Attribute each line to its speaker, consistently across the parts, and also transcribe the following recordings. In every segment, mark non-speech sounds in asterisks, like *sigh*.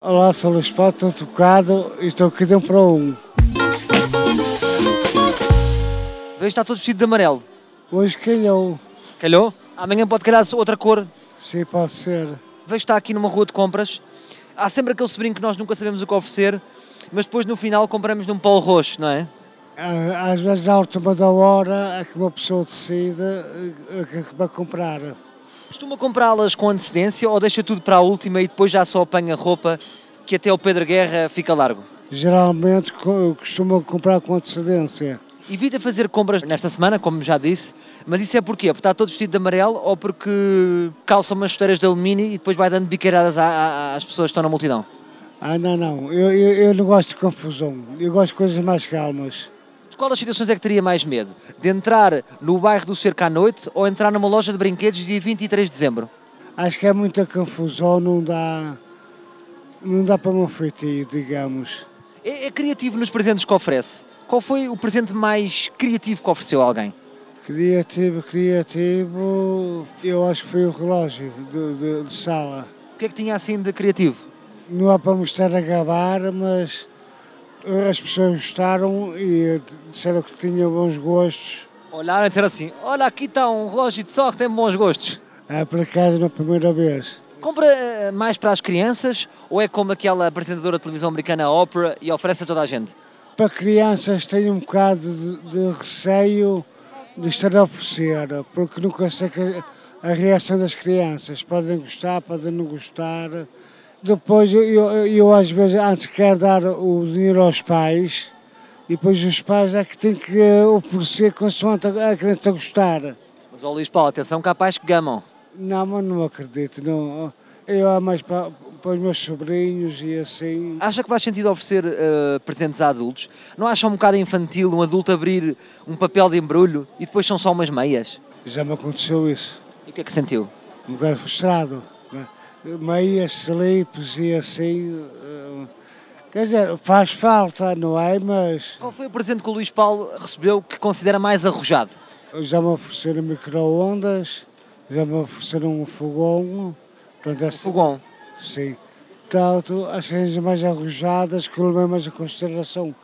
Speaker 1: Olá, sou Luís Paulo, estou tocado e estou aqui de um para um.
Speaker 2: Vejo que está todo vestido de amarelo.
Speaker 1: Hoje calhou,
Speaker 2: Calhou? Amanhã pode calhar outra cor.
Speaker 1: se pode ser.
Speaker 2: Vejo que está aqui numa rua de compras. Há sempre aquele sobrinho que nós nunca sabemos o que oferecer, mas depois no final compramos num polo roxo, não é?
Speaker 1: Á- Ah, Às vezes, à última da hora, é que uma pessoa decide eh, o que é que vai comprar.
Speaker 2: Costuma comprá-las com antecedência ou deixa tudo para a última e depois já só apanha roupa que até o Pedro Guerra fica largo?
Speaker 1: Geralmente, co- costumo comprar com antecedência.
Speaker 2: Evita fazer compras nesta semana, como já disse, mas isso é porquê? Porque está todo vestido de amarelo ou porque calça umas chuteiras de alumínio e depois vai dando biqueiradas à- à- às pessoas que estão na multidão?
Speaker 1: Ah, não, não, eu, eu, eu não gosto de confusão, eu gosto de coisas mais calmas.
Speaker 2: De qual das situações é que teria mais medo? De entrar no bairro do Cerco à noite ou entrar numa loja de brinquedos dia 23 de dezembro?
Speaker 1: Acho que é muita confusão, não dá, não dá para um feitio, digamos.
Speaker 2: É, é criativo nos presentes que oferece. Qual foi o presente mais criativo que ofereceu a alguém?
Speaker 1: Criativo, criativo, eu acho que foi o relógio de, de- de sala.
Speaker 2: O que é que tinha assim de criativo?
Speaker 1: Não é para me estar a gabar, mas as pessoas gostaram e disseram que tinha bons gostos.
Speaker 2: Olharam e disseram assim: Olha, aqui está um relógio de sol que tem bons gostos.
Speaker 1: É para casa na primeira vez.
Speaker 2: Compra eh, mais para as crianças ou é como aquela apresentadora de televisão americana a Oprah e oferece a toda a gente?
Speaker 1: Para crianças tenho um bocado de, de receio de estar a oferecer, porque nunca sei que- a reação das crianças. Podem gostar, podem não gostar. Depois eu, eu, eu, às vezes antes quero dar o dinheiro aos pais e depois os pais é que têm que oferecer consoante a a criança gostar.
Speaker 2: Mas, ó Luís Paulo, atenção, que há pais que gamam.
Speaker 1: Não, mas não acredito. Não. Eu é mais para, para os meus sobrinhos e assim.
Speaker 2: Acha que faz sentido oferecer eh, presentes a adultos? Não acha um bocado infantil um adulto abrir um papel de embrulho e depois são só umas meias?
Speaker 1: Já me aconteceu isso.
Speaker 2: E o que é que sentiu?
Speaker 1: um bocado frustrado. Né? Meias, slips e assim. eh, Quer dizer, faz falta, não é? Mas
Speaker 2: Qual foi o presente que o Luís Paulo recebeu que considera mais arrojado?
Speaker 1: já me ofereceram micro-ondas, já me ofereceram um fogão. Portanto,
Speaker 2: O
Speaker 1: essa-
Speaker 2: fogão.
Speaker 1: Sim. Portanto, as coisas mais arrojadas que eu levei mais em consideração.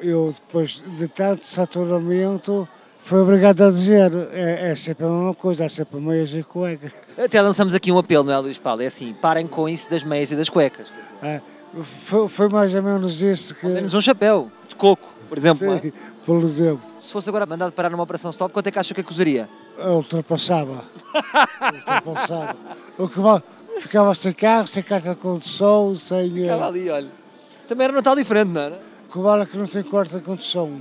Speaker 1: Eu, depois de tanto saturamento, fui obrigado a dizer: é, é sempre a mesma coisa, é sempre meias e cuecas.
Speaker 2: Até lançamos aqui um apelo, não é, Luís Paulo? É assim, parem com isso das meias e das cuecas. Quer dizer,
Speaker 1: É, foi, foi mais ou menos isso que.
Speaker 2: Menos um chapéu de coco, por exemplo. não é?
Speaker 1: Sim, por exemplo,
Speaker 2: Se fosse agora mandado parar numa operação stop, quanto é que acha que cozeria?
Speaker 1: eu
Speaker 2: *laughs*
Speaker 1: ultrapassava. ultrapassava. O que va- ficava sem carro, sem carta de condução, sem. eh,
Speaker 2: Ficava ali,
Speaker 1: é
Speaker 2: olha. Também era um Natal diferente, não era?
Speaker 1: O que vale é que não tem carta de condução.